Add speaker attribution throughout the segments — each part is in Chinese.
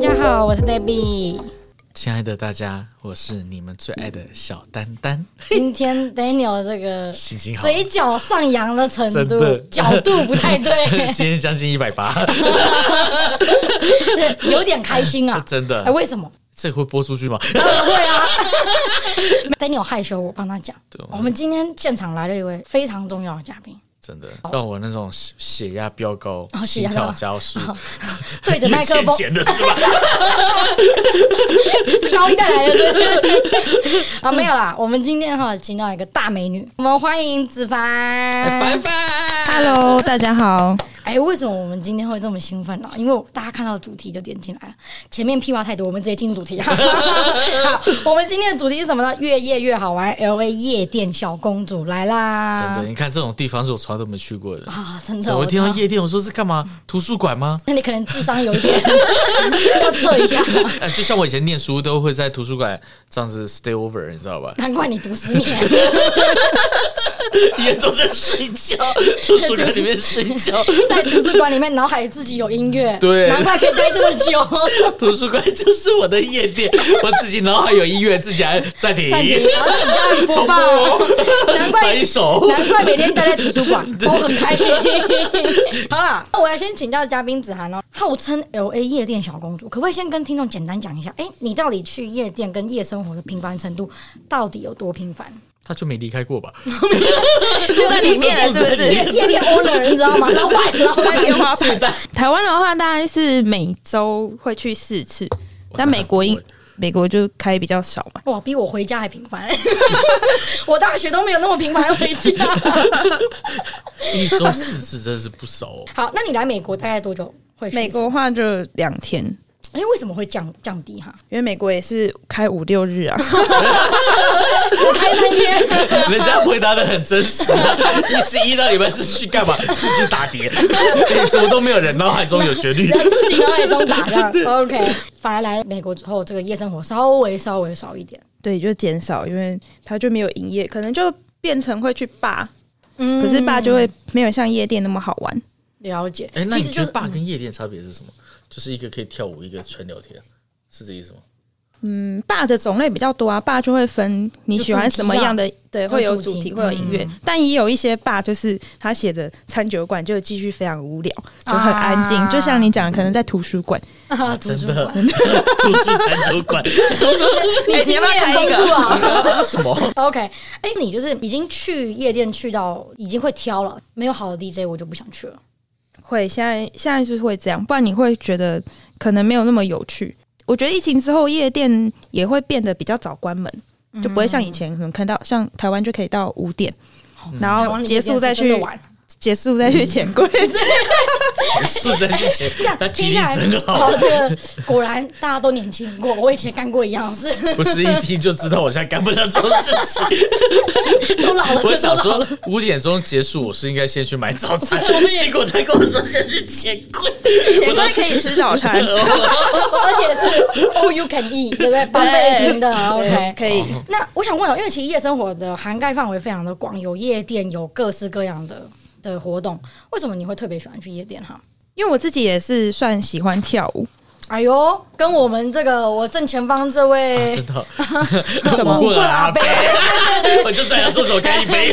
Speaker 1: 家好，我是 Debbie。
Speaker 2: 亲爱的大家，我是你们最爱的小丹 丹，
Speaker 1: 今天 Daniel 这个
Speaker 2: 心情好，
Speaker 1: 嘴角上扬的程
Speaker 2: 真
Speaker 1: 度
Speaker 2: 的，
Speaker 1: 角度不太 对，
Speaker 2: 今天将近一百八，。
Speaker 1: 有点开心啊
Speaker 2: 真
Speaker 1: 哎、
Speaker 2: 的，
Speaker 1: 为什么？
Speaker 2: 这会播出去 吗？
Speaker 1: 当然会啊。Daniel 害羞，我帮他讲。
Speaker 2: 对
Speaker 1: 我们今天现场来了一位非常重要的嘉 宾，
Speaker 2: 真的让我那种血血压飙高，
Speaker 1: 哦血
Speaker 2: 心
Speaker 1: 压飙
Speaker 2: 跳
Speaker 1: 高
Speaker 2: 加速，
Speaker 1: 对着
Speaker 2: 越
Speaker 1: 麦克
Speaker 2: 欠
Speaker 1: 风，
Speaker 2: 钱的 是吧？
Speaker 1: 是高一带来的 是不是啊，没有啦。我们今天哈请到一个大美女，我们欢迎子凡。
Speaker 2: 哎凡凡，
Speaker 3: Hello，大家好。
Speaker 1: 哎、为什么我们今天会这么兴奋呢、啊因为大家看到主题就点进来了，前面屁话太多，我们直接进入主 题。啊好，我们今天的主题是什么呢？越夜越好玩，L A 夜店小公主来啦！
Speaker 2: 真的，你看这种地方是我从来都没去过的。
Speaker 1: 啊，真
Speaker 2: 所以
Speaker 1: 的，
Speaker 2: 我听到
Speaker 1: 知道
Speaker 2: 夜店，我说是干嘛？图书馆吗？
Speaker 1: 那你可能智商有一点 要测一下，？
Speaker 2: 哎，就像我以前念书都会在图书馆这样子 stay over，你知道吧
Speaker 1: 难怪你读十年。
Speaker 2: 也都在睡觉， 图书馆里面睡觉，
Speaker 1: 在图书馆里面，脑海里自己有音乐，
Speaker 2: 对
Speaker 1: 难怪可以待这么久。
Speaker 2: 图书馆就是我的夜店，我自己脑海有音乐，自己还暂 停，
Speaker 1: 暂停，然后请家人播
Speaker 2: 重
Speaker 1: 放。
Speaker 2: 播，
Speaker 1: 难怪
Speaker 2: 唱一首。
Speaker 1: 难怪每天待在图书 馆都很开心。好啦，那我要先请教嘉宾子涵哦，号称 L A 夜店小公主，可不可以先跟听众简单讲一下？哎、你到底去夜店跟夜生活的频繁程度到底有多频 繁？
Speaker 2: 他就没离开过吧？
Speaker 3: 就在里面 了，是不
Speaker 1: 夜
Speaker 3: 是？
Speaker 1: 夜店 owner 你知道吗？老板，老板电 话费。
Speaker 3: 台湾的话，大概是每周会去四次，但美国应美国就开比较少嘛。
Speaker 1: 哇，比我回家还频繁、 我大学都没有那么频繁回家。
Speaker 2: 一周四次真的是不少哦。
Speaker 1: 好，那你来美国大概多久会去？
Speaker 3: 美国的，话就两天，
Speaker 1: 哎、为什么会降降低哈？
Speaker 3: 因为美国也是开五六日 啊。
Speaker 1: 我开三天。
Speaker 2: 人家回答的很真实、啊，一十一到礼拜四去干嘛？自己打碟，你哎怎么都没有人脑海中有旋 律
Speaker 1: 在？自己脑海中打这样。OK，反而来美国之后，这个夜生活稍微稍微少一点。
Speaker 3: 对，就减少，因为它就没有营业，可能就变成会去吧，
Speaker 1: 嗯
Speaker 3: 可是吧就会没有像夜店那么好玩。
Speaker 1: 了解。
Speaker 2: 哎、那
Speaker 1: 其实
Speaker 2: 你觉
Speaker 1: 就是
Speaker 2: 得爸跟夜店差别是什么？就是一个可以跳舞，一个纯聊天，是这意思吗？
Speaker 3: 嗯，吧的种类比较多啊，吧就会分你喜欢什么样的，对，会有主题，会有音乐，但也有一些吧，就是他写的餐酒馆就继续非常无聊，就很安静，
Speaker 1: 啊
Speaker 3: 就像你讲，可能在图书馆，
Speaker 1: 啊，图书 馆，
Speaker 2: 哎图书餐酒 馆，
Speaker 1: 你
Speaker 3: 你
Speaker 1: 经
Speaker 3: 要不要
Speaker 1: 验
Speaker 3: 开
Speaker 1: 丰
Speaker 3: 一个
Speaker 1: 富啊。
Speaker 2: 什么？
Speaker 1: OK，哎，你就是已经去夜店去到已经会挑了，没有好的 DJ 我就不想去了。
Speaker 3: 会现在现在就是会这样，不然你会觉得可能没有那么有趣。我觉得疫情之后，夜店也会变得比较早关门，就不会像以前可能看到，像台湾就可以到五点，然
Speaker 1: 台
Speaker 3: 后
Speaker 1: 湾的
Speaker 3: 结
Speaker 1: 夜店
Speaker 3: 束
Speaker 1: 是
Speaker 3: 再
Speaker 1: 真的
Speaker 3: 去
Speaker 1: 玩，
Speaker 3: 结束再去钱 柜。
Speaker 2: 是在之前
Speaker 1: 这样，
Speaker 2: 那体
Speaker 1: 啊听下来，
Speaker 2: 力真好
Speaker 1: 哦，，这个果然大家都年轻过，我以前干过一样的事，
Speaker 2: 不是一听就知道我现在干不了这种事情。
Speaker 1: 都老了。
Speaker 2: 我
Speaker 1: 都
Speaker 2: 想
Speaker 1: 老
Speaker 2: 说
Speaker 1: 了，
Speaker 2: 五点钟结束，我是应该先去买早餐
Speaker 1: 我们，也是
Speaker 2: 结果他跟我说先去钱柜，
Speaker 3: 钱柜可以吃 早餐，
Speaker 1: 而且是 all you can eat，对不 对？巴菲型的，OK，
Speaker 3: 可以。
Speaker 1: 那我想问哦，因为其实夜生活的涵盖范围非常的广，有夜店，有各式各样的的活动。为什么你会特别喜欢去夜店哈？
Speaker 3: 因为我自己也是算喜欢跳舞，
Speaker 1: 哎呦，跟我们这个我正前方这位
Speaker 2: 真的，
Speaker 3: 什么
Speaker 2: 我过
Speaker 1: 棍
Speaker 2: 了阿
Speaker 1: 阿
Speaker 2: 贝
Speaker 1: 伯，，
Speaker 2: 我就再来说手干一杯。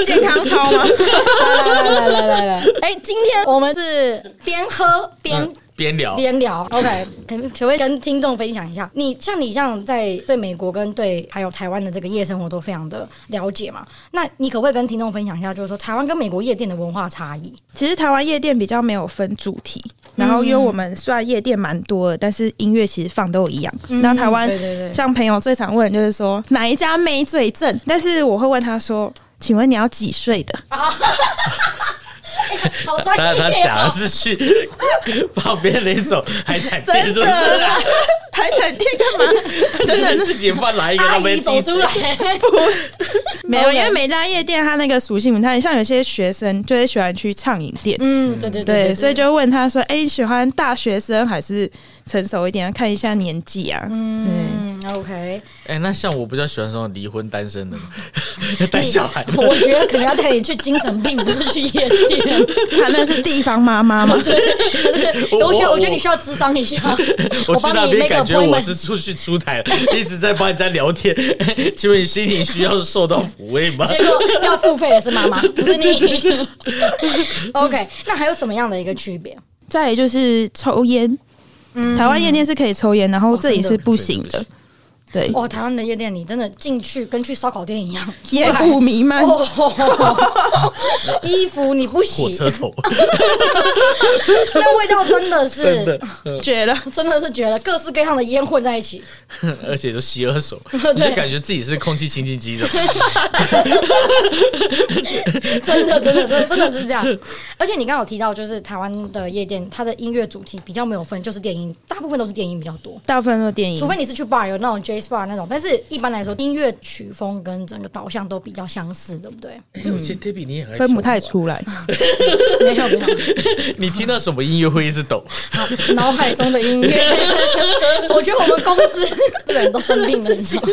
Speaker 3: 健健康操吗？
Speaker 1: 来来来来来来，哎，今天我们是边喝边
Speaker 2: 嗯边聊，
Speaker 1: 边聊，OK，可 可不可以跟听众分享一下？你像你这样在对美国跟对还有台湾的这个夜生活都非常的了解嘛？那你可不可以跟听众分享一下，就是说台湾跟美国夜店的文化差异？
Speaker 3: 其实台湾夜店比较没有分主题，然后因为我们虽然夜店蛮多的，但是音乐其实放都一样。那、台湾
Speaker 1: 对对对，
Speaker 3: 像朋友最常问就是说哪一家妹最正，但是我会问他说。请问你要几岁的？
Speaker 1: 好专业、
Speaker 2: 他
Speaker 1: 哦。
Speaker 2: 他讲的是去旁边那种海产店， 是不是？
Speaker 3: 海产店干嘛？
Speaker 2: 真的自己饭来一个
Speaker 1: 阿
Speaker 2: 都没
Speaker 1: 姨走
Speaker 2: 地址
Speaker 1: 出，来，
Speaker 3: 没有，
Speaker 1: OK
Speaker 3: 因为每家夜店它那个属性不太一样像有些学生就会喜欢去畅饮店，
Speaker 1: 嗯，对对
Speaker 3: 对
Speaker 1: 对，
Speaker 3: 所以就问他说：“哎、你喜欢大学生还是成熟一点？看一下年纪啊。
Speaker 1: 嗯，OK，
Speaker 2: 哎、那像我比较喜欢这种离婚单身的， 带小孩的。
Speaker 1: 我觉得可能要带你去精神病，不是去夜店。
Speaker 3: 他那是地方妈 妈嘛，
Speaker 2: 我
Speaker 1: 我觉得
Speaker 2: 我
Speaker 1: 我觉得你需要智商一下。
Speaker 2: 我去
Speaker 1: 帮
Speaker 2: 那
Speaker 1: 你
Speaker 2: 边
Speaker 1: make
Speaker 2: 感觉我
Speaker 1: appointment
Speaker 2: 是出去出台， 一直在帮人家聊天。 请问你心灵需要受到抚慰吗？
Speaker 1: 结果要付费的是妈 妈，不是你。OK，那还有什么样的一个区别？
Speaker 3: 再来就是抽烟，
Speaker 1: 嗯
Speaker 3: 台湾夜店是可以抽烟，然后这里是不行的，
Speaker 2: 哦
Speaker 3: 对，
Speaker 1: 哦，台湾的夜店你真的进去跟去烧烤店一样，
Speaker 3: 烟雾弥漫。
Speaker 1: 哦， 衣服你不
Speaker 2: 火
Speaker 1: 洗，
Speaker 2: 车头，
Speaker 1: 那味道真的是
Speaker 2: 真的，嗯
Speaker 3: 绝了！
Speaker 1: 真的是觉得各式各样的烟混在一起，
Speaker 2: 而且都洗二 手，你
Speaker 1: 对
Speaker 2: 就感觉自己是空气清净 机的。
Speaker 1: 真的真的真的真的是这样。而且你刚刚有提到，就是台湾的夜店，它的音乐主题比较没有分，就是电音，大部分都是电音比较多。
Speaker 3: 大部分都电影
Speaker 1: 除，非你是去 bar 有那种 jazz bar 那种，但是一般来说，音乐曲风跟整个导向都比较相似，对不 对？
Speaker 2: 哎我记得 Debbie 你也很爱
Speaker 3: 分不
Speaker 2: 跳
Speaker 3: 太
Speaker 2: 舞啊，
Speaker 3: 出来。
Speaker 1: 没有没有，
Speaker 2: 你听到什么音乐会一直抖？
Speaker 1: 脑海中的音乐。 我觉得我们公司的人都生病了，你知道 吗？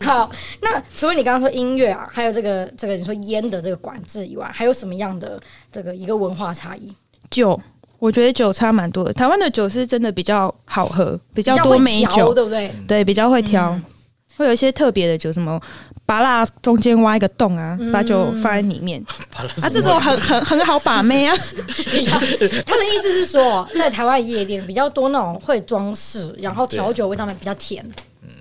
Speaker 1: 好，那除了你刚刚说音乐啊，还有这个这个你说烟的这个管制以外，还有什么样的这个一个文化差异？
Speaker 3: 酒，我觉得酒差蛮多的。台湾的酒是真的比较好喝，比
Speaker 1: 比
Speaker 3: 较多
Speaker 1: 会
Speaker 3: 美
Speaker 1: 调嗯
Speaker 3: 酒，
Speaker 1: 对不 对？
Speaker 3: 对，比较会挑，会有一些特别的酒，什么把蜡中间挖一个洞啊，
Speaker 1: 嗯
Speaker 3: 把酒放在里面，
Speaker 2: 巴拉什么
Speaker 3: 啊，这种很很很好把妹 啊，
Speaker 1: 等一下，他的意思是说，在台湾夜店比较多那种会装饰，然后调酒味道比较甜，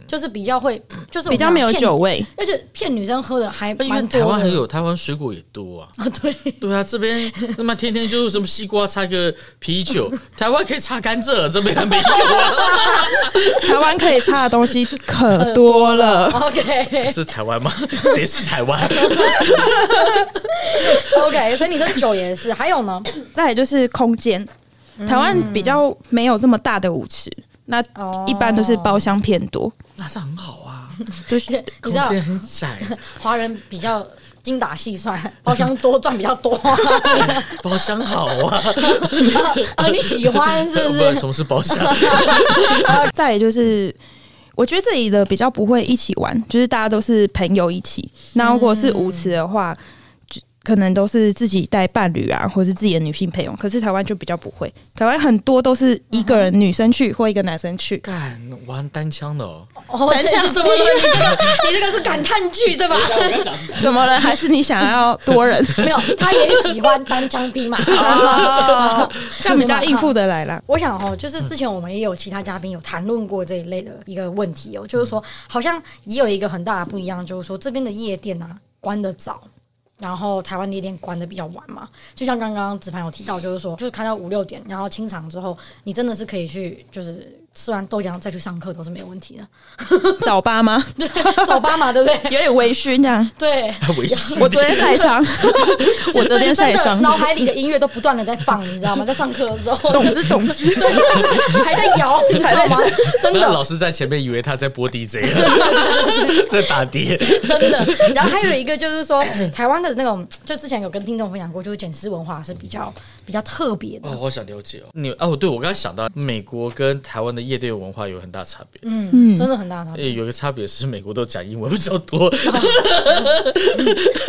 Speaker 1: 就是比较会，就是
Speaker 3: 嗯比较没有酒，味。
Speaker 1: 而且骗女生喝的还
Speaker 2: 因为
Speaker 1: 蛮多的。
Speaker 2: 台湾还有台湾水果也多啊，
Speaker 1: 啊， 对，
Speaker 2: 对啊，这边他妈天天就是什么西瓜插个啤酒，台湾可以插甘蔗，这边还没有啊，
Speaker 3: 台湾可以差的东西 可多了。
Speaker 1: OK
Speaker 2: 是台 湾吗？谁是台湾？
Speaker 1: OK，所以你说酒也是，还有呢？
Speaker 3: 再来就是空间，台湾比较没有这么大的舞池，那
Speaker 1: 哦
Speaker 3: 一般都是包厢偏多，
Speaker 2: 那是很好啊，
Speaker 1: 就是 你
Speaker 2: 空
Speaker 1: 知道
Speaker 2: 间很窄，啊
Speaker 1: 华人比较精打细算，包厢多赚比较 多
Speaker 2: 包厢好啊，
Speaker 1: 啊，你喜欢 是不
Speaker 2: 不然
Speaker 1: 是？
Speaker 2: 什么是 包厢？
Speaker 3: 再来就是，我觉得这里的比较不会一起玩，就是大家都是朋友一起。那如果是舞池的话，就可能都是自己带伴侣啊，或是自己的女性朋友。可是台湾就比较不会，台湾很多都是一个人女生去或一个男生去。
Speaker 2: 干玩单枪的哦，
Speaker 1: 哦，
Speaker 3: 单
Speaker 1: 这
Speaker 3: 枪
Speaker 1: 是这么多，你这 个你这个是感叹句对吧？
Speaker 3: 怎么了？还是你想要多 人？
Speaker 1: 没有，他也喜欢单枪匹马。啊
Speaker 3: 哦这样比较应付得来 啦。
Speaker 1: 我想哦，
Speaker 3: 嗯
Speaker 1: 就是之前我们也有其他嘉宾有谈论过这一类的一个问题
Speaker 3: 嗯
Speaker 1: 哦，就是说好像也有一个很大的不一样，就是说这边的夜店啊关得早。然后台湾的夜店关的比较晚嘛，就像刚刚子凡有提到，就是说，就是开到五六点，然后清场之后，你真的是可以去，就是吃完豆浆再去上课都是没有问题的。
Speaker 3: 早八吗？
Speaker 1: 早八嘛，对 不对？
Speaker 3: 有点微醺这样。
Speaker 1: 对，
Speaker 2: 危险。
Speaker 3: 我昨天晒伤，我昨天晒
Speaker 1: 就是真
Speaker 3: 伤
Speaker 1: 的，脑海里的音乐都不断的在放，你知道吗？在上课的时候，
Speaker 3: 懂之懂之。
Speaker 1: 对，还在摇，你知道吗？真
Speaker 2: 那
Speaker 1: 的，
Speaker 2: 老师在前面以为他在播 DJ，在打碟，
Speaker 1: 真的。然后还有一个就是说， 台湾的那种，就之前有跟听众分享过，就是捡尸文化是比较比较特别的
Speaker 2: 哦，。我想了解哦。你哦，对我刚才想到，美国跟台湾的夜店文化有很大差别。
Speaker 1: 嗯，真的很大差别。
Speaker 2: 诶，有一个差别是美国都讲英文比较多，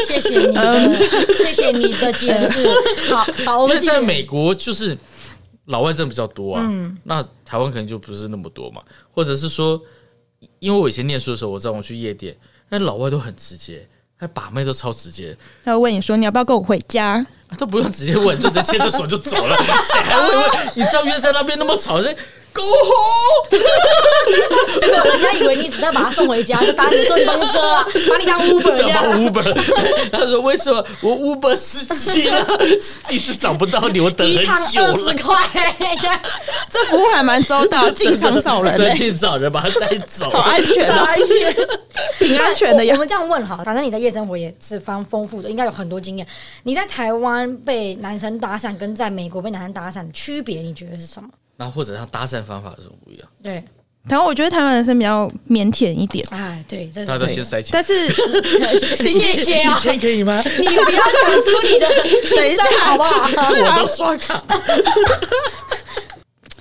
Speaker 1: 谢谢你的，谢谢你的解释。好好， 我们
Speaker 2: 因为
Speaker 1: 继续
Speaker 2: 在。美国就是老外真的比较多啊，
Speaker 1: 嗯
Speaker 2: 那台湾可能就不是那么多嘛，或者是说，因为我以前念书的时候，我知道我去夜店，那老外都很直接，那把妹都超直接，
Speaker 3: 他会问你说你要不要跟我回家？
Speaker 2: 啊都不用直接问，就直接牵着手就走了，谁还会问？你知道约在那边那么吵，是 go home，
Speaker 1: 没有人家以为你只是要把他送回家，就搭你顺风车啊，把你当 Uber 这
Speaker 2: 叫
Speaker 1: 样
Speaker 2: 到。Uber，他 说为什么我 Uber 司机呢， 一直找不到你，我等
Speaker 1: 一趟
Speaker 2: 很久
Speaker 1: 二
Speaker 2: 了
Speaker 1: 十。块，
Speaker 3: 这服务还蛮周 到，进场找人、
Speaker 2: 对，
Speaker 3: 欸，
Speaker 2: 去找人把他带走
Speaker 3: 好。安全 啊，
Speaker 1: 傻眼。
Speaker 3: 挺安全的
Speaker 1: 我
Speaker 3: 呀
Speaker 1: 我。们这样问哈，反正你的夜生活也是非常丰富的，应该有很多经验。你在台湾被男生搭讪，跟在美国被男生搭讪区别，你觉得是什么？
Speaker 2: 然后或者他搭讪方法有什么不一样？
Speaker 1: 对，
Speaker 3: 然后我觉得台湾男生比较腼腆一点，
Speaker 1: 哎，对，这
Speaker 2: 大
Speaker 1: 是
Speaker 2: 家都 先塞钱，
Speaker 3: 但是
Speaker 1: 谢谢啊
Speaker 2: 一，千可以吗？
Speaker 1: 你不要讲出你 的
Speaker 3: 等
Speaker 1: 心
Speaker 3: 一下
Speaker 1: 声好不好？
Speaker 2: 我都刷卡，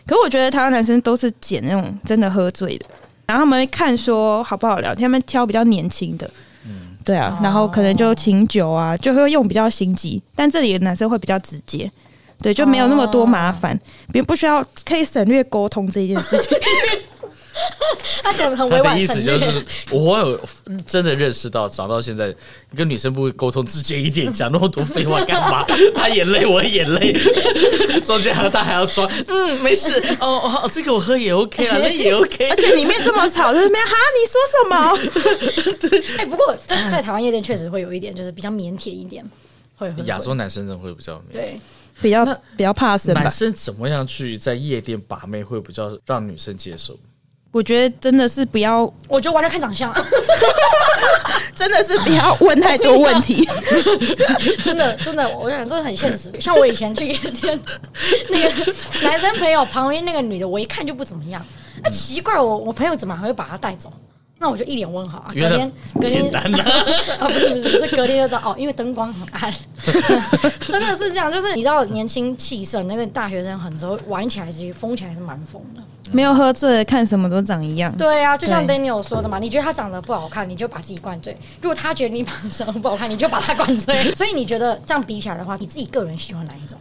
Speaker 3: 可我觉得台湾男生都是捡那种真的喝醉的，然后他们会看说好不好聊天，他们挑比较年轻的，对啊，然后可能就请酒啊，就会用比较心机，但这里的男生会比较直接。对，就没有那么多麻烦，别、不需要可以省略沟通这一件 事情。
Speaker 1: 他讲的很
Speaker 2: 他
Speaker 1: 委婉
Speaker 2: 的意
Speaker 1: 省
Speaker 2: 思
Speaker 1: 略
Speaker 2: 就。是，我有真的认识到，长到现在跟女生不会沟通，直接一点，讲那么多废话干 嘛？她眼泪，我眼泪，中间还有她还要装，嗯，没事，哦哦，哦这个我喝也 OK 啊，那也 OK，
Speaker 3: 而且里面这么吵，就是没有哈，你 说什么？
Speaker 1: 哎，不过在台湾夜店确实会有一点，就是比较腼腆一点，会会
Speaker 2: 亚洲
Speaker 1: 会
Speaker 2: 男生真的会比较美。
Speaker 1: 对
Speaker 3: 比较比较怕生吧
Speaker 2: 男。生怎么样去在夜店把妹会比较让女生接受？
Speaker 3: 我觉得真的是不要，
Speaker 1: 我觉得完全看长相，
Speaker 3: 真的 是不要问太多问 题。
Speaker 1: 真的真的，我想这很现实。 像我以前去夜店， 那个男生朋友旁边那个女的，我一看就不怎么样。那奇怪，我我朋友怎么还会把她带走？那我就一脸问号啊！隔
Speaker 2: 原来
Speaker 1: 天隔天
Speaker 2: 简单呐、
Speaker 1: 啊，不是不是，是隔天就知道哦，因为灯光很 暗，真的是这样。就是你知道，年轻气盛，那个大学生很多玩起来，其实疯起来是蛮疯的。
Speaker 3: 没有喝醉的看什么都长一样。
Speaker 1: 对啊，就像
Speaker 3: 对
Speaker 1: Daniel 说的嘛，你觉得他长得不好看，你就把自己灌醉；如果他觉得你长得不好看，你就把他灌 醉。所以你觉得这样比起来的话，你自己个人喜欢哪一种？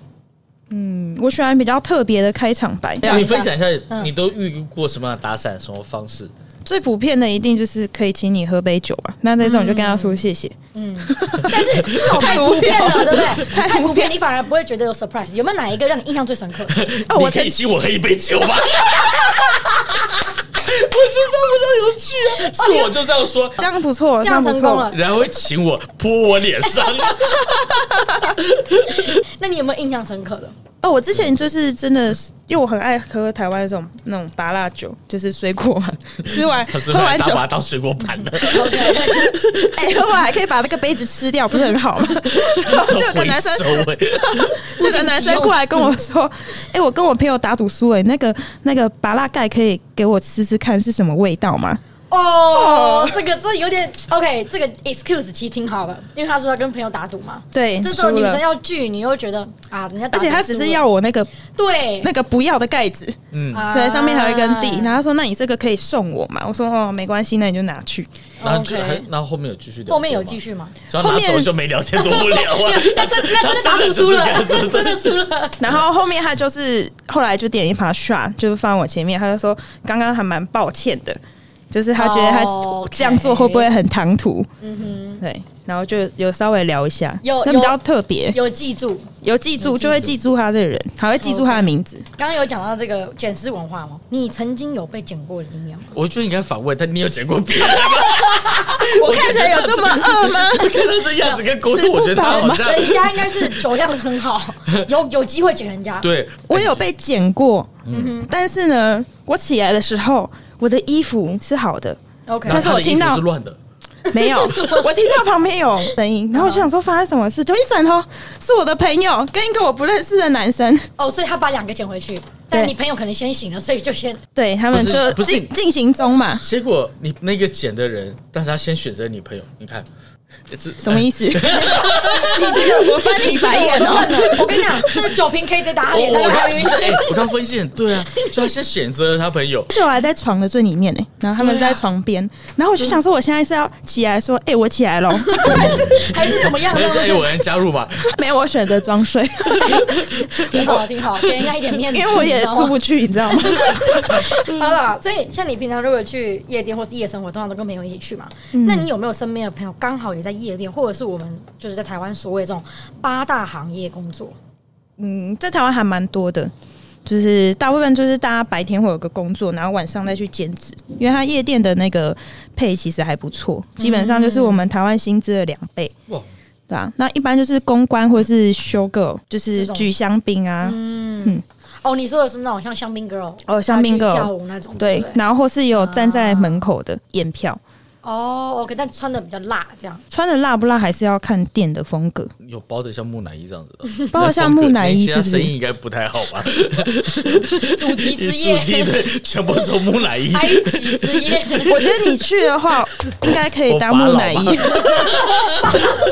Speaker 3: 嗯我喜欢比较特别的开场白，
Speaker 1: 对啊
Speaker 2: 你分享一下，
Speaker 1: 嗯
Speaker 2: 你都遇过什么样的打伞，什么方式？
Speaker 3: 最普遍的一定就是可以请你喝杯酒吧。那这种就跟他说谢谢。
Speaker 1: 嗯，但是这种太普遍了，对不 对？太普遍，你反而不会觉得有 surprise。有没有哪一个让你印象最深刻？
Speaker 3: 啊我
Speaker 2: 你可以
Speaker 3: 曾
Speaker 2: 请我喝一杯酒吗？
Speaker 3: 我觉得这不是有趣啊，
Speaker 2: 是我就这样说，
Speaker 3: 这样不错，
Speaker 1: 这样成功了。
Speaker 2: 然后会请我泼我脸上。
Speaker 1: 那你有没有印象深刻的？
Speaker 3: 哦，我之前就是真的是，因为我很爱喝台湾那种那种芭辣酒，就是水果 嘛，吃完
Speaker 2: 他是
Speaker 3: 喝
Speaker 2: 不是还
Speaker 3: 完
Speaker 2: 拿
Speaker 3: 酒
Speaker 2: 把，它当水果盘 的，
Speaker 3: 哎、喝完还可以把那个杯子吃掉，不是 很好吗？然后就有个
Speaker 2: 回
Speaker 3: 男生
Speaker 2: 收 哎、
Speaker 3: 这个男生过来跟 我说：“哎、我跟我朋友打赌输，哎，那个那个拔辣盖可以给我吃吃看是什么味道吗
Speaker 1: 哦，这个这有点 OK，这个 excuse 其实挺好的，因为他说他跟朋友打赌嘛。？”
Speaker 3: 对，
Speaker 1: 这时候
Speaker 3: 输
Speaker 1: 女
Speaker 3: 了
Speaker 1: 生，要拒，你又觉得啊，人家打
Speaker 3: 而
Speaker 1: 赌
Speaker 3: 且他只
Speaker 1: 输
Speaker 3: 是
Speaker 1: 了
Speaker 3: 要我那个
Speaker 1: 对
Speaker 3: 那个不要的盖子，
Speaker 2: 嗯，
Speaker 1: 啊
Speaker 3: 对，上面还有一根蒂。然后他说：“那你这个可以送我吗？”我说：“哦，没关系，那你就拿去。
Speaker 2: 然后就
Speaker 1: OK
Speaker 2: 还，然后后面有继续聊，
Speaker 1: 后面有继，续吗？
Speaker 2: 只要拿
Speaker 3: 后
Speaker 2: 走
Speaker 3: 面
Speaker 2: 就没聊天，多无聊啊！
Speaker 1: 那真那真的打赌输了，真的输了。”
Speaker 3: 然后后面他就是后来就点一盘 shot，就是放我前面，他就说：“刚刚还蛮抱歉的，就是他觉得他
Speaker 1: 哦，OK
Speaker 3: 这样做会不会很唐突？”
Speaker 1: 嗯
Speaker 3: 对，然后就有稍微聊一下，
Speaker 1: 有
Speaker 3: 那比
Speaker 1: 有
Speaker 3: 较特别
Speaker 1: 哼，。有记住。
Speaker 3: 有记住，就会记住他这个人，还会记住他的名字。
Speaker 1: 刚刚有讲到这个捡尸文化吗？你曾经有被捡过的经验吗？
Speaker 2: 我觉得应该反问他，你有见过 别人吗？
Speaker 3: 我看起来有这么饿吗？
Speaker 2: 看他这样子跟沟
Speaker 3: 吃
Speaker 2: 通，
Speaker 3: 不
Speaker 2: 我觉得他
Speaker 3: 饱
Speaker 2: 好
Speaker 3: 吗
Speaker 2: 像
Speaker 1: 人家应该哦是啊酒量很好，有有机会捡人家。
Speaker 2: 对，
Speaker 3: 我有被剪过，但是呢，我起来的时候，我的衣服是好的，
Speaker 1: ，OK，
Speaker 2: 然后他
Speaker 3: 但是我
Speaker 2: 的衣
Speaker 3: 听到
Speaker 2: 服是乱的，
Speaker 3: 没 有。我听到旁边有声音，然后我就想说发生什么事，就一转头是我的朋友跟一个我不认识的男生，
Speaker 1: 哦，所以他把两个捡回去，但
Speaker 3: 对
Speaker 1: 你朋友可能先醒了，所以就先
Speaker 3: 对他们
Speaker 2: 不是
Speaker 3: 就
Speaker 2: 不是
Speaker 3: 进进行中嘛。
Speaker 2: 结果你那个捡的人，但是他先选择你朋友，你看，什
Speaker 3: 什么意思？
Speaker 2: 哎
Speaker 1: 你这个我
Speaker 3: 翻你白眼哦
Speaker 1: 了。 我跟你讲，这个酒瓶可以直接打他脸上，
Speaker 2: 我
Speaker 1: 让他
Speaker 2: 我刚
Speaker 1: 晕
Speaker 2: 不是哎
Speaker 1: 血。
Speaker 2: 我刚分析很对啊，就他先选择了他朋 友，
Speaker 3: 而且我还在床的最里面呢、欸然后他们在床边，
Speaker 2: 啊
Speaker 3: 然后我就想说，我现在是要起来说，哎、我起来喽，
Speaker 1: 还是怎么样
Speaker 2: 他
Speaker 1: 的
Speaker 2: 就？说：“哎、我能加入吗？
Speaker 3: 没有，我选择 装睡，
Speaker 1: 挺好，挺好，给人家一点面子。
Speaker 3: 因为我也出不去，你知道吗？
Speaker 1: 你知道 吗好了。所以，像你平常如果去夜店或是夜生活，通常都跟朋友一起去嘛。
Speaker 3: 嗯
Speaker 1: 那你有没有身边的朋友刚好也在夜店，或者是我们就是在台湾所谓这种八大行业工作？
Speaker 3: 嗯，在台湾还蛮多的，就是大部分就是大家白天会有个工作，然后晚上再去兼职，因为他夜店的那个配其实还不错，基本上就是我们台湾薪资的两倍。
Speaker 1: 嗯
Speaker 2: 哇，
Speaker 3: 对啊，那一般就是公关或是修 girl，就是
Speaker 1: 这种嗯
Speaker 3: 举香槟啊，
Speaker 1: 哦，你说的是那种像香槟 girl
Speaker 3: 哦香槟
Speaker 1: 她去
Speaker 3: girl
Speaker 1: 跳舞那种，对啊
Speaker 3: 对
Speaker 1: 不，对，
Speaker 3: 然后或是有站在门口的验票，
Speaker 1: 哦，OK，但穿的比较辣，这 样
Speaker 3: 穿的辣不辣还是要看店的风格，
Speaker 2: 有包的像木乃伊这样 子的，
Speaker 3: 包括像木乃伊是
Speaker 2: 那
Speaker 3: 不
Speaker 2: 生意
Speaker 3: 是？
Speaker 2: 应该不太好 吧？
Speaker 1: 主题 之
Speaker 2: 主
Speaker 1: 夜，
Speaker 2: 题全部都木乃伊，
Speaker 3: 哎
Speaker 2: 哎
Speaker 1: 埃及之夜，
Speaker 3: 我觉得你去的话，应该可以当木乃
Speaker 2: 我
Speaker 3: 伊
Speaker 2: 法老。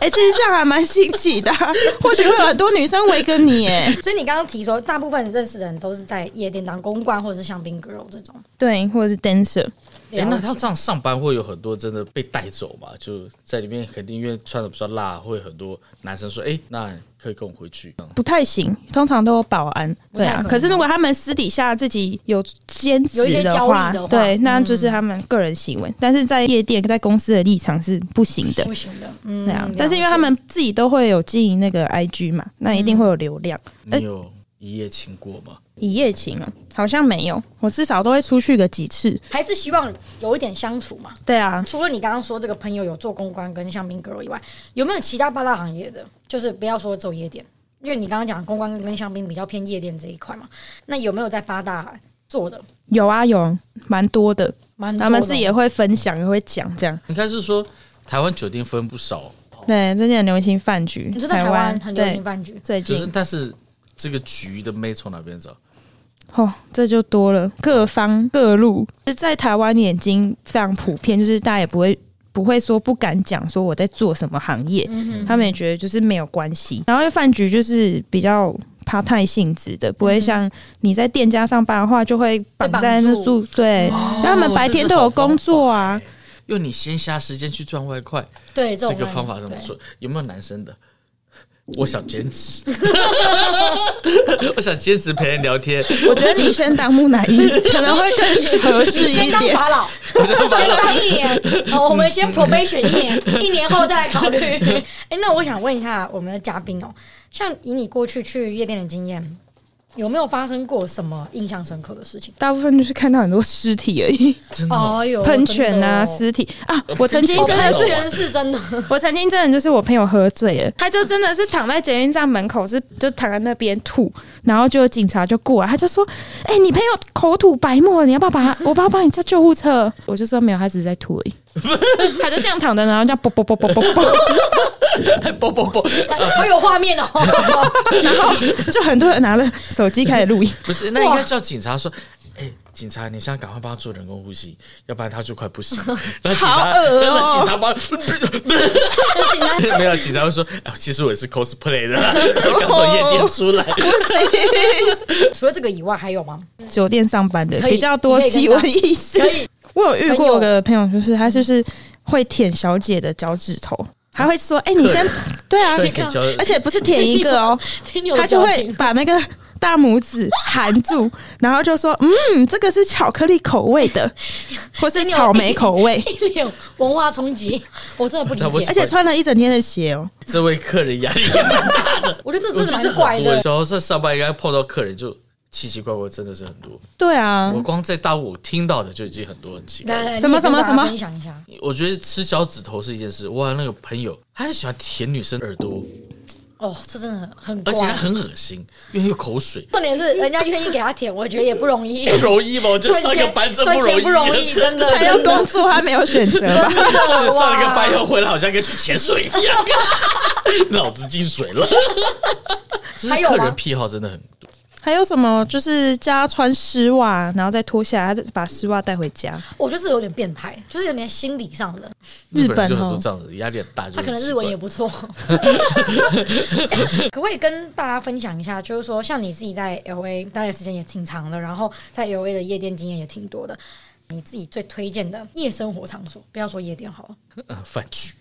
Speaker 3: 哎、其实这样还蛮新奇的啊、或许会有很多女生围跟你耶。
Speaker 1: 所以你刚刚提说，大部分认识的人都是在夜店当公关或者是香槟 girl 这种。
Speaker 3: 对，或者是 dancer，
Speaker 2: 哎、那他这样上班会有很多真的被带走嘛？就在里面肯定因为穿的比较辣，会有很多男生说：“哎、那可以跟我回去。嗯
Speaker 3: 不太行，通常都有保安。
Speaker 1: 不
Speaker 3: 对
Speaker 1: 太可
Speaker 3: 啊
Speaker 1: 能，
Speaker 3: 可是如果他们私底下自己有兼
Speaker 1: 有一些
Speaker 3: 职
Speaker 1: 交易
Speaker 3: 话，
Speaker 1: 的话
Speaker 3: 对，
Speaker 1: 嗯
Speaker 3: 那就是他们个人行为。但是在夜店、在公司的立场是不行的
Speaker 1: 不。行的，嗯，
Speaker 3: 对啊，但是因为他们自己都会有经营那个 IG 嘛，那一定会有流量。”哎
Speaker 2: 你有一夜情过吗？
Speaker 3: 一夜情啊，好像没有，我至少都会出去个几次。
Speaker 1: 还是希望有一点相处嘛。
Speaker 3: 对啊，
Speaker 1: 除了你刚刚说这个朋友有做公关跟香槟 girl 以外，有没有其他八大行业的？就是不要说走夜店，因为你刚刚讲公关跟香槟比较偏夜店这一块嘛。那有没有在八大做的？
Speaker 3: 有啊有，蛮多的。
Speaker 1: 蛮多
Speaker 3: 他
Speaker 1: 的
Speaker 3: 们自己也会分享，也会讲这样。
Speaker 2: 应该是说台湾酒店分不少，
Speaker 3: 对，最近很流行饭局，
Speaker 1: 哦你说在台湾
Speaker 3: 湾
Speaker 1: 很流行
Speaker 3: 对，
Speaker 1: 饭局，
Speaker 3: 最
Speaker 2: 就是
Speaker 3: 近
Speaker 2: 但是这个局的妹从哪边找？
Speaker 3: 哦，这就多了，各方各路。在台湾也已经非常普遍，就是大家也不会不会说不敢讲说我在做什么行业，
Speaker 1: 嗯
Speaker 3: 他们也觉得就是没有关系。然后饭局就是比较。趴太性质的，不会像你在店家上班的话，就会绑在
Speaker 1: 嗯被
Speaker 3: 那
Speaker 1: 绑哦
Speaker 3: 住。对，那他们白天都有工作啊，
Speaker 2: 用你闲暇时间去赚外快，
Speaker 1: 对这
Speaker 2: 这
Speaker 1: 种
Speaker 2: 个方法
Speaker 1: 对
Speaker 2: 怎么说？有没有男生的？我想兼 职，我想兼职陪人聊天，
Speaker 3: 我觉得你先当木乃 伊可能会更合适
Speaker 1: 先
Speaker 3: 一
Speaker 1: 当
Speaker 3: 点。
Speaker 1: 法老，先当一年，哦，我们先 probation 一年，一年后再来考虑。 哎、那我想问一下我们的嘉宾哦，像以你过去去夜店的经验，有没有发生过什么印象深刻的事情？
Speaker 3: 大部分就是看到很多尸体而已，
Speaker 2: 真的哦、
Speaker 1: 哦哟，
Speaker 3: 喷泉啊、
Speaker 1: 真的哦
Speaker 3: 尸体啊。我曾经
Speaker 1: 哦
Speaker 3: 真的
Speaker 1: 喷
Speaker 3: 是，
Speaker 1: 泉是真的，
Speaker 3: 我曾经真的就是我朋友喝醉了，他就真的是躺在捷运站门口，是就躺在那边吐，然后就有警察就过来，他就说：“哎、你朋友口吐白沫，你要不要把他？我帮帮你叫救护车。”我就说没有，他只是在吐而已。他就这样躺着，然后这样啵啵啵啵啵啵，
Speaker 2: 不不不，
Speaker 1: 好有画面哦。
Speaker 3: 然后就很多人拿着手机开始录音。
Speaker 2: 不是，那应该叫警察说，哎、警察，你现在赶快帮他做人工呼吸，要不然他就快不行。然后警察，
Speaker 3: 好恶哦
Speaker 2: 然后警察帮，
Speaker 1: 警察
Speaker 2: 没有，警察会说，哎、其实我也是 cosplay 的啦，刚从夜店出来。
Speaker 1: 除了这个以外还有吗？
Speaker 3: 酒店上班的
Speaker 1: 可以
Speaker 3: 比较多
Speaker 1: 你可以跟他
Speaker 3: 奇闻异事
Speaker 1: 可。以，
Speaker 3: 我有遇过的朋友，就是他就是会舔小姐的脚趾头，还会说：“哎、你先对啊，
Speaker 2: 对舔脚趾
Speaker 3: 而且不是舔一个 哦，
Speaker 1: 听你有
Speaker 3: 他就
Speaker 1: 表
Speaker 3: 会
Speaker 1: 情
Speaker 3: 把那个大拇指含住， 然后就说：嗯，这个是巧克力口味的，或是草莓口味，
Speaker 1: 一脸文化冲击，我真的不理
Speaker 2: 那我
Speaker 1: 解
Speaker 3: 而。且穿了一整天的鞋哦。
Speaker 2: 这位客人压力也蛮大，
Speaker 1: 我觉得这
Speaker 2: 我
Speaker 1: 真的
Speaker 2: 觉得很
Speaker 1: 蛮怪
Speaker 2: 多
Speaker 1: 的。
Speaker 2: 然后在上班应该碰到客人就奇奇怪怪，真的是很多。
Speaker 3: 对啊
Speaker 2: 我，光在大陆听到的就已经很多很奇怪
Speaker 1: 来
Speaker 2: 了。
Speaker 1: 来，
Speaker 3: 什么
Speaker 1: 你也跟
Speaker 3: 什么
Speaker 1: 大家
Speaker 3: 什么
Speaker 1: 分享一下。
Speaker 2: 我觉得吃脚趾头是一件事，哇，那个朋友他很喜欢舔女生耳朵，
Speaker 1: 哦，这真的很
Speaker 2: 而
Speaker 1: 怪。
Speaker 2: 且他很恶心，因为有口水。
Speaker 1: 重点是人家愿意给他舔，我觉得也不容 易。
Speaker 2: 不容易吗？我觉得 上
Speaker 1: 赚
Speaker 2: 个
Speaker 1: 钱
Speaker 2: 班真
Speaker 1: 赚钱
Speaker 2: 容
Speaker 1: 不容易，真的。
Speaker 3: 还要
Speaker 1: 真的
Speaker 3: 工作，他没有选择吧？
Speaker 1: 真
Speaker 2: 上
Speaker 1: 的
Speaker 2: 上一个
Speaker 1: 哇！
Speaker 2: 班要回来，好像跟去潜水一样， 脑子进水了。
Speaker 1: 还有吗
Speaker 2: 客人癖好真的很多，
Speaker 3: 还有什么？就是叫他穿丝袜，然后再脱下来，他把丝袜带回 家。
Speaker 1: 我觉得这有点变态，就是有点心理上
Speaker 2: 嗯
Speaker 1: 的。
Speaker 3: 日本
Speaker 2: 人就很
Speaker 3: 哦
Speaker 2: 多这样子，压力很大。
Speaker 1: 他可能日文也不
Speaker 2: 不
Speaker 1: 错， 可不可以跟大家分享一下？就是说，像你自己在 L A 待的时间也挺长的，然后在 L A 的夜店经验也挺多的。你自己最推荐的夜生活场所，不要说夜店好了，
Speaker 2: 嗯饭局，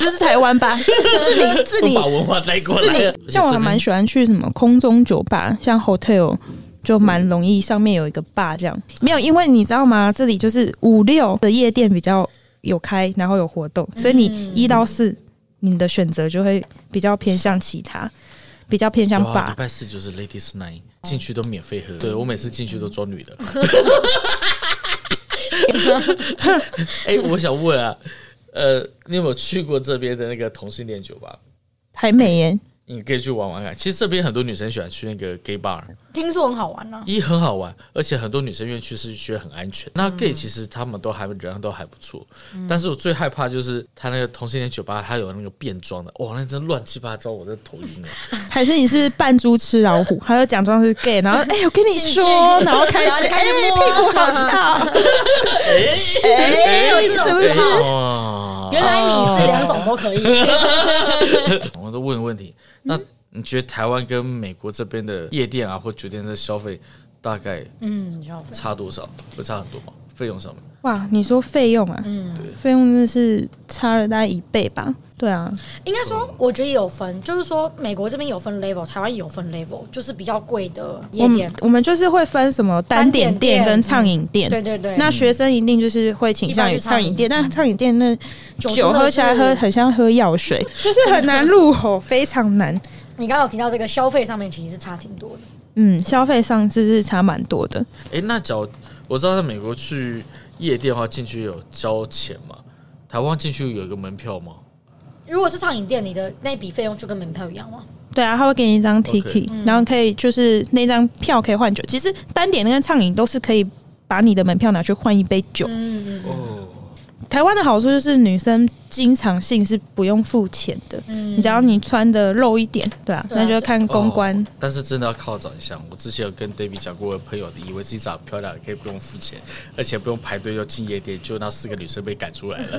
Speaker 3: 这是台湾 吧？是你是
Speaker 2: 不
Speaker 3: 你
Speaker 2: 把文化带过来
Speaker 3: 是
Speaker 2: 了。
Speaker 3: 你，像我还蛮喜欢去什么空中酒吧，像 hotel 就蛮容易，上面有一个 bar 这样。没有，因为你知道吗？这里就是五六的夜店比较有开，然后有活动，所以你一到四你的选择就会比较偏向其他，比较偏向
Speaker 2: 有啊，
Speaker 3: bar
Speaker 2: 礼。拜四就是 Ladies Night，进去都免费喝。对我每次进去都装女的。 哎，我想问啊，呃，你有没有去过这边的那个同性恋酒吧？
Speaker 3: 还美耶，
Speaker 2: 你可以去玩玩看。其实这边很多女生喜欢去那个 gay bar，
Speaker 1: 听说很好玩啊呢、
Speaker 2: 一很好玩，而且很多女生愿意去是觉得很安全。那 gay 其实他们都还人都还不错，但是我最害怕就是他那个同性恋酒吧，他有那个变装的，哇，那真乱七八糟，我真头晕了。
Speaker 3: 还是你是扮猪吃老虎，还有假装是 gay，然后哎、我跟你
Speaker 1: 进去
Speaker 3: 说，然后开始
Speaker 1: 然后就
Speaker 3: 哎、
Speaker 1: 开始摸
Speaker 3: 屁股好翘，哎、
Speaker 1: 有这
Speaker 3: 是
Speaker 1: 种
Speaker 3: 不
Speaker 1: 事
Speaker 3: 是？
Speaker 2: 哇
Speaker 1: 原来你是两种都可以，
Speaker 2: 我都问个问题，
Speaker 3: 嗯
Speaker 2: 那你觉得台湾跟美国这边的夜店啊或酒店的消费大概
Speaker 1: 嗯，消费
Speaker 2: 差多少？会差很多吗？费用上面？
Speaker 3: 哇，你说费用啊？
Speaker 1: 嗯，
Speaker 3: 费用真的是差了大概一倍吧？对啊，
Speaker 1: 应该说，我觉得也有分，就是说美国这边有分 level，台湾也有分 level，就是比较贵的夜
Speaker 3: 我
Speaker 1: 店
Speaker 3: 们，我们就是会分什么单点店跟畅饮店。
Speaker 1: 对对嗯对，
Speaker 3: 那学生一定就是会倾向于畅饮店，但畅饮店那酒喝起来
Speaker 1: 真的是
Speaker 3: 喝很像喝药水，就是很难入口，非常难。
Speaker 1: 你刚刚有提到这个消费上面其实是差挺多的，
Speaker 3: 嗯，消费上是是差蛮多的。
Speaker 2: 诶，那假如我知道在美国去夜店的话，进去有交钱嘛？台湾进去有一个门票吗？
Speaker 1: 如果是畅饮店，你的那笔费用就跟门票一样吗？
Speaker 3: 对啊，他会给你一张
Speaker 2: OK
Speaker 3: ticket，、然后可以就是那张票可以换酒。其实单点跟畅饮都是可以把你的门票拿去换一杯酒。
Speaker 1: 嗯嗯
Speaker 2: 哦，
Speaker 3: 台湾的好处就是女生经常性是不用付钱的，
Speaker 1: 嗯
Speaker 3: 你只要你穿的露一点，对啊，
Speaker 1: 对啊
Speaker 3: 那就看公关。
Speaker 2: 哦但是真的要靠长相。我之前有跟 David 讲过，我朋友以为自己长得漂亮，可以不用付钱，而且不用排队要进夜店，就那四个女生被赶出来了。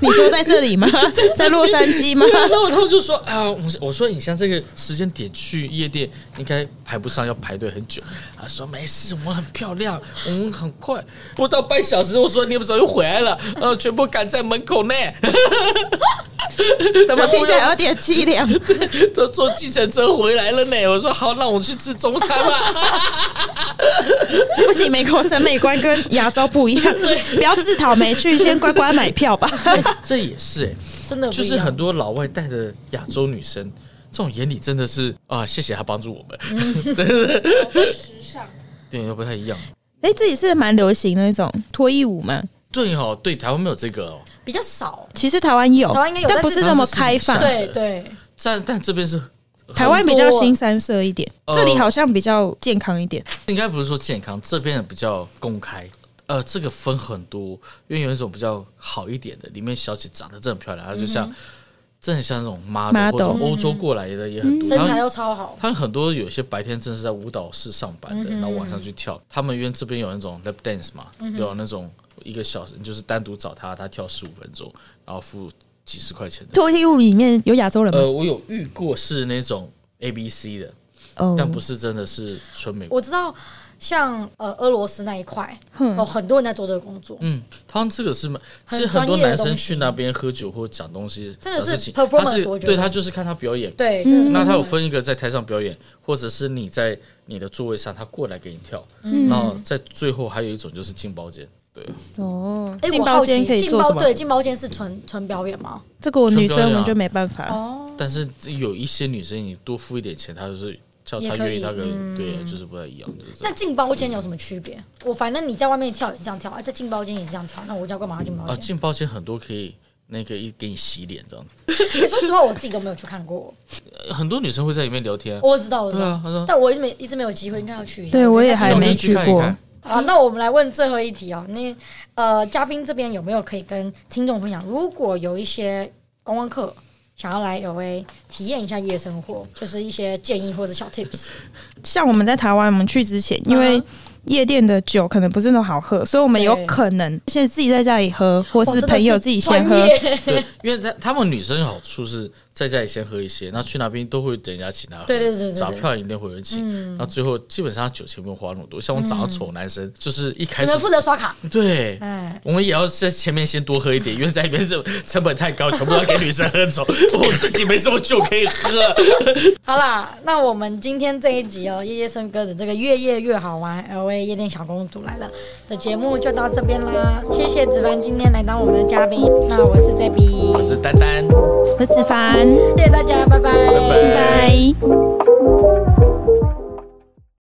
Speaker 3: 你说在 这里吗？在洛杉 矶吗？
Speaker 2: 然后他们就说啊，我我说你像这个时间点去夜店，应该排不上，要排队很久。他说没事，我们很漂亮，我们很快，不到半小时，我说你们早就回来了，呃，全部赶在门口呢。
Speaker 3: 怎么听起来有点凄凉？
Speaker 2: 都坐计程车回来了呢。我说好，让我去吃中餐吧。
Speaker 3: 不行，美国审美观跟亚洲不一样，不要自讨没趣，先乖乖买票 吧。
Speaker 2: 这也是哎、
Speaker 1: 真的不一
Speaker 2: 就
Speaker 1: 样
Speaker 2: 是很多老外带着亚洲女生，这种眼里真的是啊，谢谢他帮助我 们，真的
Speaker 4: 嗯时尚。
Speaker 2: 对，又不太一样。
Speaker 3: 哎、这也是蛮流行那种脱衣舞嘛。
Speaker 2: 对哦，对，台湾没有这个哦，
Speaker 1: 比较少，
Speaker 3: 其实台湾有，
Speaker 1: 台湾应该有
Speaker 3: 但不是那么开放。
Speaker 2: 但是
Speaker 1: 对对，
Speaker 2: 但但这边是
Speaker 3: 台湾比较新三色一点，
Speaker 2: 呃
Speaker 3: 这里好像比较健康一点。
Speaker 2: 应该不是说健康，这边的比较公开。呃，这个分很多，因为有一种比较好一点的，里面小姐长得真的很漂亮，她就像、真的像那种 model，,
Speaker 3: model
Speaker 2: 或者欧洲过来的也很多，
Speaker 1: 身
Speaker 2: 然后
Speaker 1: 材都超好，
Speaker 2: 他们很多有些白天真的是在舞蹈室上班的，然后晚上去跳。他们因为这边有那种 lap dance 嘛，有那种一个小时，你就是单独找他，他跳十五分钟，然后付几十块钱的。
Speaker 3: 脱衣舞里面有亚洲人吗？
Speaker 2: 呃，我有遇过是那种 A B C 的，
Speaker 3: 哦
Speaker 2: 但不是真的是纯美国。
Speaker 1: 我知道。像呃俄罗斯那一块，有很多人在做这个工作，
Speaker 2: 嗯，他们这个是蛮，其
Speaker 1: 很
Speaker 2: 实很多
Speaker 1: 专业的
Speaker 2: 男生
Speaker 1: 东西
Speaker 2: 去那边喝酒或讲东西，
Speaker 1: 真的
Speaker 2: 讲
Speaker 1: 是
Speaker 2: 事情，
Speaker 1: performance，
Speaker 2: 他是
Speaker 1: 我觉得
Speaker 2: 对他就是看他表演。
Speaker 1: 对，真的是
Speaker 2: 那他有分一个在台上表演，或者是你在你的座位上，他过来给你跳。
Speaker 1: 嗯
Speaker 2: 然后在最后还有一种就是进包间，对，
Speaker 3: 哦，
Speaker 1: 哎，
Speaker 3: 进
Speaker 1: 我
Speaker 3: 包
Speaker 1: 好
Speaker 3: 间
Speaker 1: 奇，
Speaker 3: 可以
Speaker 1: 进
Speaker 3: 做什
Speaker 1: 包
Speaker 3: 么？
Speaker 1: 对进包间是纯纯表演吗？
Speaker 3: 这个我女
Speaker 2: 纯
Speaker 3: 生
Speaker 2: 表演
Speaker 3: 我
Speaker 2: 啊
Speaker 3: 就没办法。
Speaker 1: 哦，
Speaker 2: 但是有一些女生你多付一点钱，她就是叫
Speaker 1: 也
Speaker 2: 她
Speaker 1: 可以嗯
Speaker 2: 愿意，她可以对，就是不太一样，就是这
Speaker 1: 那
Speaker 2: 样。
Speaker 1: 进包间有什么区别？我反正你在外面跳也是这样跳，啊，在进包间也是这样跳，那我要干嘛要进包
Speaker 2: 啊，
Speaker 1: 间？
Speaker 2: 进包间很多可以那个一给你洗脸这样子，
Speaker 1: 你说实话，我自己都没有去看过，
Speaker 2: 呃很多女生会在里面聊天啊，
Speaker 1: 我知道，我知
Speaker 2: 对啊
Speaker 1: 道，
Speaker 2: 他说
Speaker 1: 但我一直没一直没有机会，应该要去一下。
Speaker 3: 对我
Speaker 1: 觉得那
Speaker 3: 也还
Speaker 1: 挺有
Speaker 3: 没
Speaker 1: 意
Speaker 2: 去看一
Speaker 3: 过
Speaker 2: 看
Speaker 1: 好，那我们来问最后一题哦。那呃，嘉宾这边有没有可以跟听众分享？如果有一些观光客想要来 L A 体验一下夜生活，就是一些建议或者小 tips。
Speaker 3: 像我们在台湾，我们去之前，
Speaker 1: 嗯
Speaker 3: 因为夜店的酒可能不是那么好喝，所以我们
Speaker 1: 对
Speaker 3: 有可能先自己在家里喝，或
Speaker 1: 哇
Speaker 3: 是
Speaker 1: 真的
Speaker 3: 朋友自己先喝
Speaker 1: 专。业
Speaker 2: 对，因为她她们女生有好处是在家里先喝一些，那去那边都会等人家请她喝，
Speaker 1: 对对对对对嗯
Speaker 2: 找漂亮一定会有人请，那最后基本上她酒钱不用花那么多，像我长得丑的男生，就是一开
Speaker 1: 只
Speaker 2: 始
Speaker 1: 能负责刷卡。
Speaker 2: 对，
Speaker 1: 哎，
Speaker 2: 我们也要在前面先多喝一点，因为在里面这成本 太高，全部要给女生喝走，我自己没什么酒可以 喝。
Speaker 1: 好啦，那我们今天这一集哦，夜夜笙歌的这个越夜越好玩，L A 夜店小公主来了的节目就到这边啦。谢谢子凡今天来当我们的嘉宾，那我是 Debbie，
Speaker 2: 我是丹丹，
Speaker 3: 我是子凡，
Speaker 1: 谢谢大家，拜拜
Speaker 2: 拜
Speaker 3: 拜。